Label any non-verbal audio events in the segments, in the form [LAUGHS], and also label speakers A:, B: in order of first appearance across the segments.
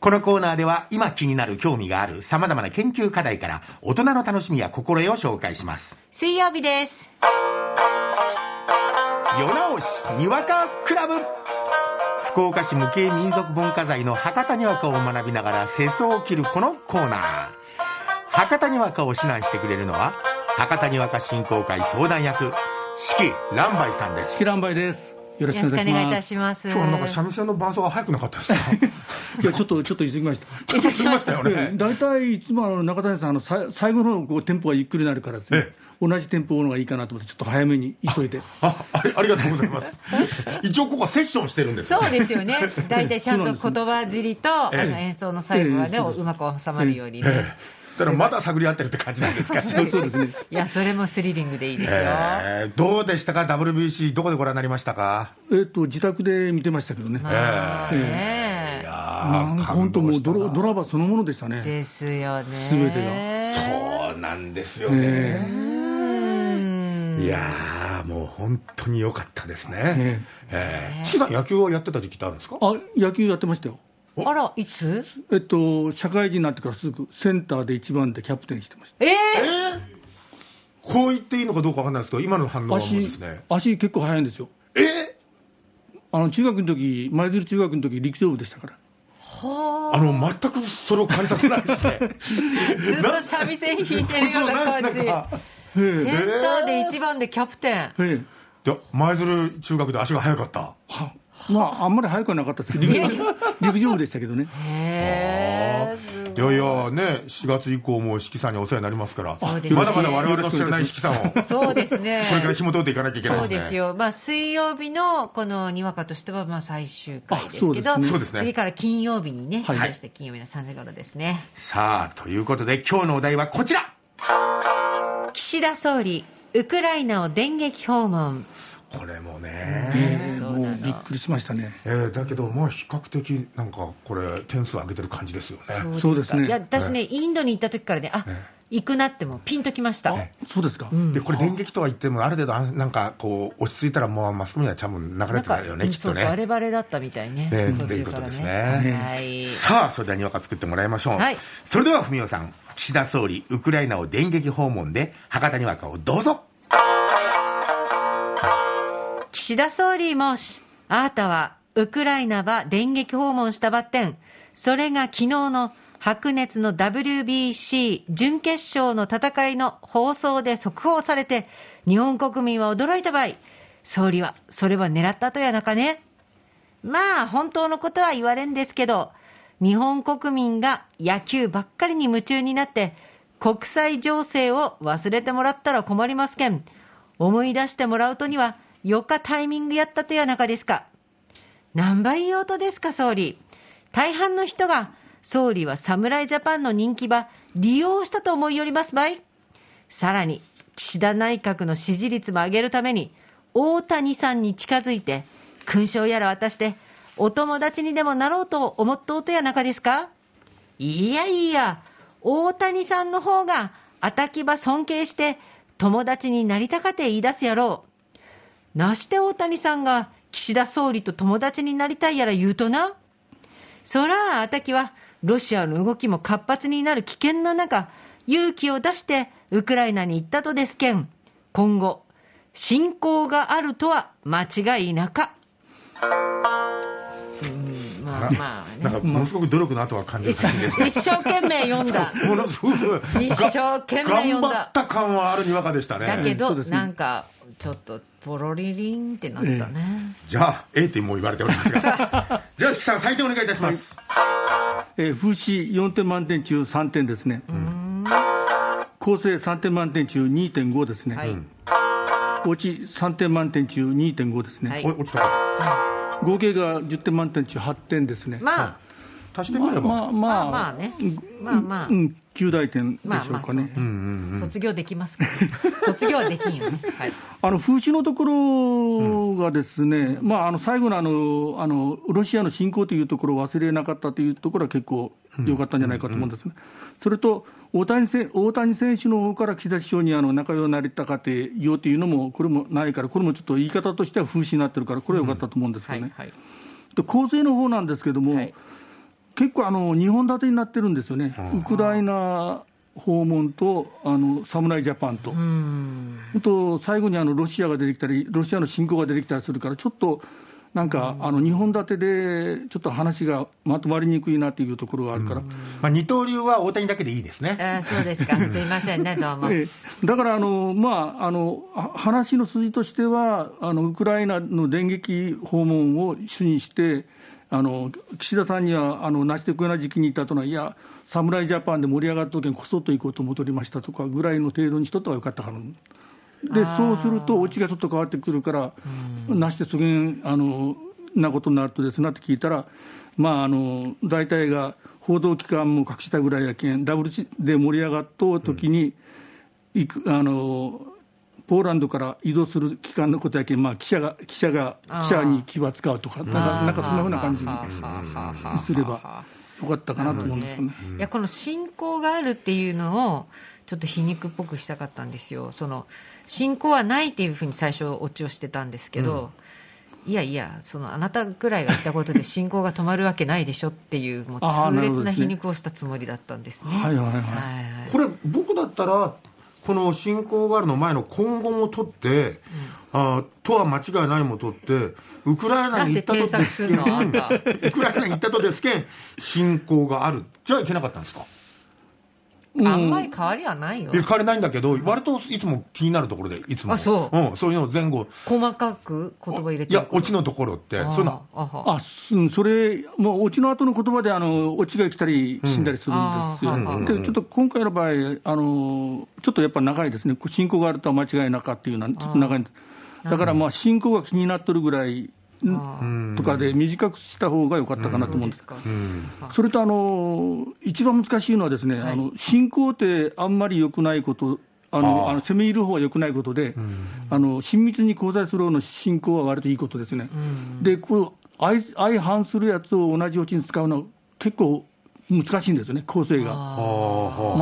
A: このコーナーでは今気になる興味がある様々な研究課題から大人の楽しみや心得を紹介します。
B: 水曜日です。
A: 夜直しにわかクラブ福岡市無形民族文化財の博多にわかを学びながら世相を切るこのコーナー博多にわかを指南してくれるのは博多にわか振興会相談役四季蘭梅さんです
C: キランバイです。よろし
B: よ
C: く
B: ろ
C: お
B: しくお
C: 願い
B: 願い
C: し
B: い
C: ま
B: た
C: す。
B: します。
A: [LAUGHS] 今日はなんか三味線の伴奏が早くなかったです [LAUGHS] ね
C: いや、ちょっと、ちょっと急ぎました。
B: いただき
A: 言いま
B: ま
A: し
B: す
A: たよ
C: ええ
A: ね
C: 大体いつもあの中谷さん、あのさ最後のこうテンポがゆっくりになるからですね
A: え、
C: 同じテンポの方がいいかなと思って、ちょっと早めに急いで、
A: ああありがとうござい [LAUGHS] ます一応ここはセッションしてるんですよ
B: そうですよ
A: [LAUGHS]
B: ね。大体ちゃんと言葉尻と、あ
A: ええ
B: の演奏の最後はね、
C: ええそうです
B: うまく収まるように
A: ええ
B: ね。
A: だからまだ探り合ってるって感じなんですか
C: [LAUGHS] そうですね、
B: いや、それもスリリングでいいですよ。
A: ええどうでしたか WBC どこでご覧になりましたか
C: えっと、自宅で見てましたけどね、
B: まあ
C: ええ
A: い
B: ね
A: や
C: なん
A: ー
C: か本当、もうド
A: 感動した
C: ラ
A: な
C: ドラマそのものでしたね、
B: ですよね。
C: 全て
A: そうなんですよね、
B: うん
A: いやーもう本当に良かったですね
C: え
A: ええチキさん野球はやってた時期ってあるんですか
C: あ野球やってましたよ、
B: あら、いつ
C: えっと、社会人になってからすぐ、センターで1番でキャプテンしてまし
B: ええ
A: ええこう言っていいのかどうかわかんないですけど今の反応
C: た、
A: はもう
C: 足
A: ですね、
C: 足結構速いんですよ、
A: ええ
C: あの中学の時舞鶴中学の時陸上部でしたから。
A: あの全くそれを感じさせないです
C: [LAUGHS]
A: ね
B: ずっと三味線弾いてるような感じ。
A: [LAUGHS] そうそう
B: セン
A: なん
B: タ
A: か
C: え
B: ーで一番でキャプテン。
C: えええ
A: いや舞鶴中学で足が速かった
C: はまあ、あんまり早くはなかったです
B: [LAUGHS]
C: けど、陸上陸上部でしたけどね、
B: へえ。す
A: いやいやね4月以降も四季さんにお世話になりますから
B: そうですね
A: まだまだ我々の知らない四季さんをこれ
B: そうですね。
A: から紐解いていかなきゃいけない
B: そ
A: で
B: う
A: すね
B: ですよ、まあ、水曜日のこのにわかとしてはまあ最終回ですけど、
C: あそうですね
A: そうですね
B: 次から金曜日にね、
C: はい
B: そして金曜日の3時頃ですね、
A: さあということで今日のお題はこちら
B: 岸田総理、ウクライナを電撃訪問、
A: これも
C: え
A: ね、
C: え
B: そう
C: も
B: なの
C: うびっくりしましたね、
A: えーだけどまあ比較的なんかこれ点数上げてる感じですよね
C: そうです
B: いや
C: ね、
B: 私ね、インドに行った時からね、あ、行くなってもうピンときました、
C: そうですか、
A: でこれ電撃とは言ってもある程度あんなんかこう落ち着いたらもうマスコミにはちゃんと流
B: な
A: れ
B: ん
A: てた
B: か、
A: よ
B: う
A: ね
B: ん
A: きっと
B: そうバ
A: ね
B: レバレだったみたいね、
A: えー
B: 途
A: という
B: 中
A: こ
B: か
A: と
B: ら
A: です
B: ね。
A: ね
B: はい
A: さあそれではにわか作ってもらいましょう、
B: はい
A: それでは文雄さん岸田総理ウクライナを電撃訪問で博多にわかをどうぞ
B: 岸田総理もし、あなたはウクライナば電撃訪問したばってん、それが昨日の白熱の WBC 準決勝の戦いの放送で速報されて、日本国民は驚いた場合、総理は、それは狙ったとやなかね。まあ、本当のことは言われんですけど、日本国民が野球ばっかりに夢中になって、国際情勢を忘れてもらったら困りますけん。思い出してもらうとには、4日タイミングやったとやなかですか。何倍用とですか、総理。大半の人が、総理は侍ジャパンの人気ば、利用したと思いよりますばい。さらに、岸田内閣の支持率も上げるために、大谷さんに近づいて、勲章やら渡して、お友達にでもなろうと思っとうとやなかですかいやいや、大谷さんの方が、あたきば尊敬して、友達になりたかて言い出すやろう。なして大谷さんが岸田総理と友達になりたいやら言うとな。そらあ、あたきはロシアの動きも活発になる危険な中、勇気を出してウクライナに行ったとですけん。今後、侵攻があるとは間違いなか。うん、まあまあ
A: なん
B: ね。
A: かものすごく努力の後は感じる感じですね
B: 一生懸命読んだ。
A: ものすごくが
B: 一生懸命読
A: 頑
B: んだ
A: 張った感はあるにわかでしたね
B: だけ
C: そ
B: ど、
C: うですね
B: なんか、ちょっと、ポロリリンってなったね。
A: じゃあ A 点も言われており
B: [LAUGHS]
A: ますがじゃあ四季さん採点お願いいたします、
C: えー風刺4点満点中3点ですね、構成3点満点中2.5ですね、
B: はい。
C: 落ち3点満点中2.5ですね、
B: はい
A: お落ちた
C: 合計が10点満点中8点ですね、
B: まあ、
A: 足してみれば、
C: まあまあ、
B: まあまあね。まあまあ
C: う。ん、9大点で
B: まあ
C: しょ
B: まあ
C: う
B: そ
C: か
B: うね
C: ね。
B: 卒業できます
C: [LAUGHS]
B: から卒業はできんよね。はい。
C: あの風刺のところがですね、まあ、あの最後のあのあのロシアの侵攻というところを忘れなかったというところは結構良かったんじゃないかと思うんですね、それと大谷せ大谷選手の方から岸田首相にあの仲良くなりたかてよというのも、これもないから、これもちょっと言い方としては風刺になってるから、これは良かったと思うんですよ
B: は
C: ね、
B: い。はい。
C: と構成の方なんですけども、
B: はい
C: 結構あの、2本立てになってるんですよね、ウクライナ訪問と、あの侍ジャパンと、あと最後にあのロシアが出てきたり、ロシアの侵攻が出てきたりするから、ちょっとなんか、あの2本立てで、ちょっと話がまとまりにくいなというところがあるから、
A: まあ、二刀流は大谷だけでいいですね。
B: あーそうですか。すいませんね、どうも。
C: ええだからあの、まああの、は話の筋としてはあの、ウクライナの電撃訪問を主にして、あの岸田さんにはあのなしてくれない時期にいたとのは、いや、侍ジャパンで盛り上がった時にこそっと行こうと戻りましたとかぐらいの程度にしとった方がよかったから。でそうすると、オチがちょっと変わってくるから、なしてすげんあのなことになるとですなって聞いたら、まあ、あの大体が報道機関も隠したぐらいやけん、ダブルチで盛り上がっとう時に、行くあのポーランドから移動する機関のことやけん、まあ、記者が記者が
B: あー
C: 記者に気は使うとか、なんかなんかそんなふうな感じに
B: に
C: すればよかったかなと思うんですよね。
B: いやこの信仰があるっていうのをちょっと皮肉っぽくしたかったんですよその信仰はないっていうふうに最初オチをしてたんですけど、いやいやそのあなたくらいが言った
C: [LAUGHS]
B: ことで信仰が止まるわけないでしょっていうもう
C: あー
B: 痛
C: なるほ
B: 烈
C: ど
B: な
C: です
B: 皮
C: ね
B: 肉をしたつもりだったんですね
C: はいはいは
B: はい
C: い
B: はい
A: これ、僕だったら、この侵攻があるの前の今後も取って、あーとは間違いないも取って、ウクライナに行ったと
B: なんで偵察すんのあんた
A: [LAUGHS] ウクライナに行ったとですけん、侵攻がある。じゃあいけなかったんですか
C: うん
B: あんまり変わりはないよ
A: いや、変われないんだけど、割といつも気になるところで、いつも。、
B: あそうん
A: そういうのを前後。
B: 細かく言葉入れて
A: いや、オチのところって、そういうの
B: あーあ
C: あすうんそれ、もうオチの後の言葉であのオチが来たり死んだりするんですよ、
B: うんあー
C: でちょっと今回の場合あの、ちょっとやっぱ長いですね、こう進行があるとは間違いなかっていうのは、ちょっと長いんです、だからまあ進行が気になっとるぐらい
B: ーあー
C: とかで、短くした方が良かったかなと思うんです。
B: か
C: それとあの一番難しいのは、ですね、
B: はい
C: あの信仰ってあんまり良くないこと、あの
A: あー
C: あの攻め入る方は良くないことで、あの親密に交際する方の信仰は割といいことですね、でこう相相反するやつを同じオチに使うのは結構難しいんですよね、構成が。
A: はあ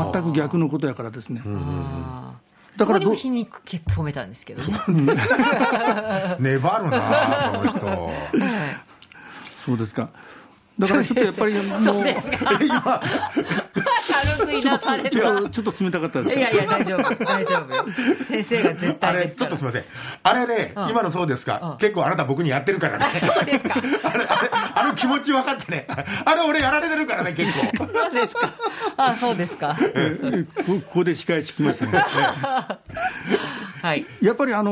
A: はあ
C: 全く逆のことやからですね。
B: あー
C: だから
B: そこにも
C: ど
B: 皮肉止めたんですけどね
A: 粘るなあこの人
B: [LAUGHS]
C: そうですか。だからちょっとやっぱり、もう、ち
B: [LAUGHS] そうですか。軽くいなされた。
C: ょっとちょっと冷たかったですか
B: いやいや、大丈夫、大丈夫。先生が絶
A: あ
B: 対
A: れ
B: です
A: ちょ
B: か
A: っと
B: ら
A: す。みませんあれね、
B: うん
A: 今のそうですか、
B: うん
A: 結構あなた僕にやってるから
B: [LAUGHS]
A: ね
B: そうですか。
A: あれあれあの気持ち分かってねあれ俺やられてるからね結構
B: そうですか。あ、そうですか。
C: こ [LAUGHS] ここで仕返しきましたね。
B: はい。
C: やっぱり、あの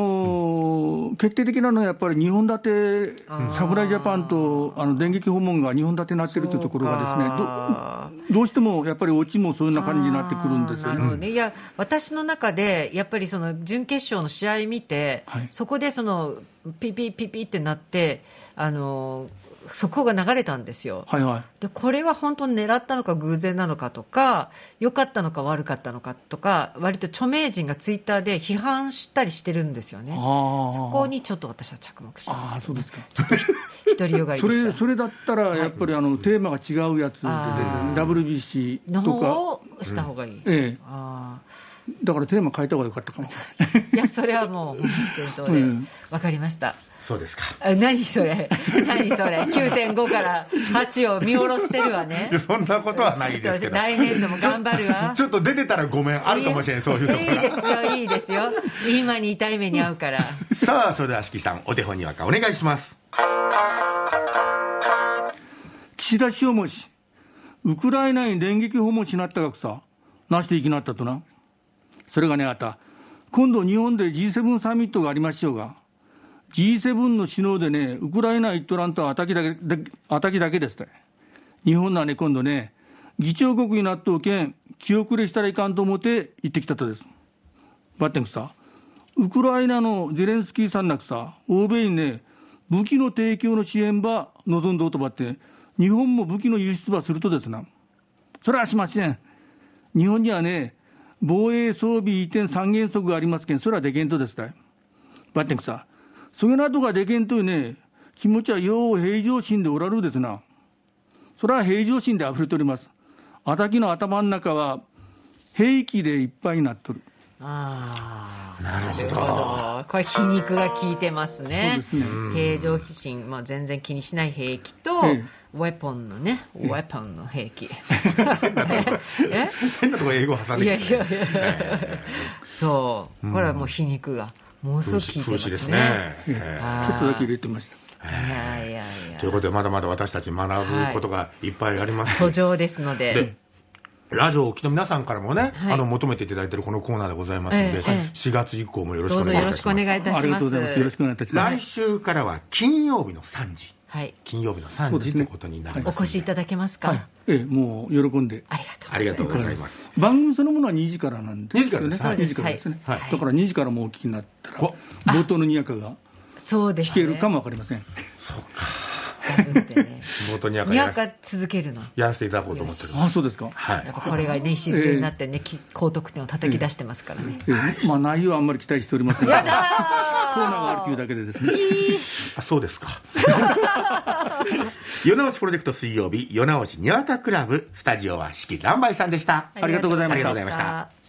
C: ー決定的なのは、やっぱり日本立て、侍ジャパンとあの電撃訪問が日本立てになってるというところがですね、どどうしてもやっぱりオチもそんな感じになってくるんですよ
B: あーな
C: ね
B: る。ほどね。いや、私の中で、やっぱりその準決勝の試合見て、
C: はい
B: そこでその、ピピピピってなって、あの、速報が流れたんですよ。
C: はいはい
B: でこれは本当に狙ったのか偶然なのかとか良かったのか悪かったのかとか割と著名人がツイッターで批判したりしてるんですよね
C: あ
B: そ
C: ー
B: こにちょっと私は着目してま
C: あー
B: す
C: そうですか
B: 独りよがり
C: そ
B: で
C: れ
B: し
C: それだったら、やっぱりあのテーマが違うやつでですね、
B: あ
C: WBC
B: たの
C: とか、
B: 方をした方がいい、
C: え
B: あ
C: え、だからテーマ変えた方が良かったかも。
B: ーいやそれはもう本当に伝統
C: うん
B: で分かりました
A: そうですか
B: あ何それ何それ9.5から8を見下ろしてるわね
A: いやそんなことはないですけど
B: ちょっと [LAUGHS] 来年度も頑張るわ
A: ちょっと出てたらごめんあるかもしれないそういうとこ
B: いいですよいいですよ今に痛い目に遭う
C: [LAUGHS]
B: から
A: ろさあそれでは四季さんお手本にわかお願いします
C: 岸田氏をもし、ウクライナに電撃訪問しなったがくさ、なしていきなったとな。それがね、あた、今度日本で G7 サミットがありましょうが、G7 の首脳でね、ウクライナ行っとらんとはあたきだけ、だあたきだけですって。日本なね、今度ね、議長国になっとうけん、気遅れしたらいかんと思って行ってきたとです。バッテンクさ、ウクライナのゼレンスキーさんなくさ、欧米にね、武器の提供の支援ば望んどうとばって、日本も武器の輸出ばするとですな。それはしません。日本にはね、防衛装備移転三原則がありますけん、それはでけんとですたい。バッテンクさ、そげなとがでけんというね、気持ちはよう平常心でおられるですな。それは平常心で溢れております。あたきの頭の中は、兵器でいっぱいになっとる。
B: ああなるほどこれ皮肉が効いてますね
C: そうですね
B: 平常基心、まあ、全然気にしない兵器と、
C: ええ
B: ウェポンのね、ウェポンの
A: [LAUGHS]
B: 兵器。え
A: 変なとこ英語挟ん
B: い
A: で
B: や
A: き
B: い
A: て
B: やいやそう、これはもう皮肉が、ものすごく効いて
A: 風
B: ます
A: 刺
B: ね。
A: ですね。ええ
B: あー
C: ちょっとだけ入れてました。
B: いやいやいや
A: という。ことで、まだまだ私たち学ぶことがいっぱいあります。
B: 途上ですので
A: で。ラジオをお聞きの皆さんからもね、
B: はい
A: あの求めていただいてるこのコーナーでございますので、
B: ええええ
A: 4月以降もよろし
B: ど
A: くお
B: うぞ
A: 願いい
B: よ
A: たしま
B: ろし
A: す
B: くお願いいたします。
C: ありがとうございます。よろしくお願いいたします。
A: 来週からは金曜日の3時
B: はい。
A: 金曜日の3
C: そうで
A: 時
C: す
A: とい
C: ね
A: うことになり
B: お
A: ます
B: 越しいただけますか、
C: ええ、もう喜んで。
B: ありがとうございます。
A: ありがとうございます
C: 番組そのものは2時からなんですよ
A: 2時からで
C: ね。
A: すはい
C: 2時からですね。
A: はい
B: はい
C: だから2時からもうお聞きになったら、
A: お
C: 冒頭のにやかが
B: そうです
C: 聞
B: ね。
C: けるかもわかりません。
A: そうか元にやか
B: 2
A: や
B: 夜
A: らせ
B: 間続けるの。
A: やらせていただこうと思ってる
C: ああ、そうですか。
A: は
B: やっ
A: い
B: ぱこれがね、礎になってね、き高得点を叩き出してますからね。
C: ええまあ内容はあんまり期待しておりませんが、コーナーがあるというだけでですね。
A: あそうですか [LAUGHS] 夜直しプロジェクト水曜日夜直しにわかクラブスタジオは四季乱梅さんでした
C: ありがとうございました
A: ありがとうございました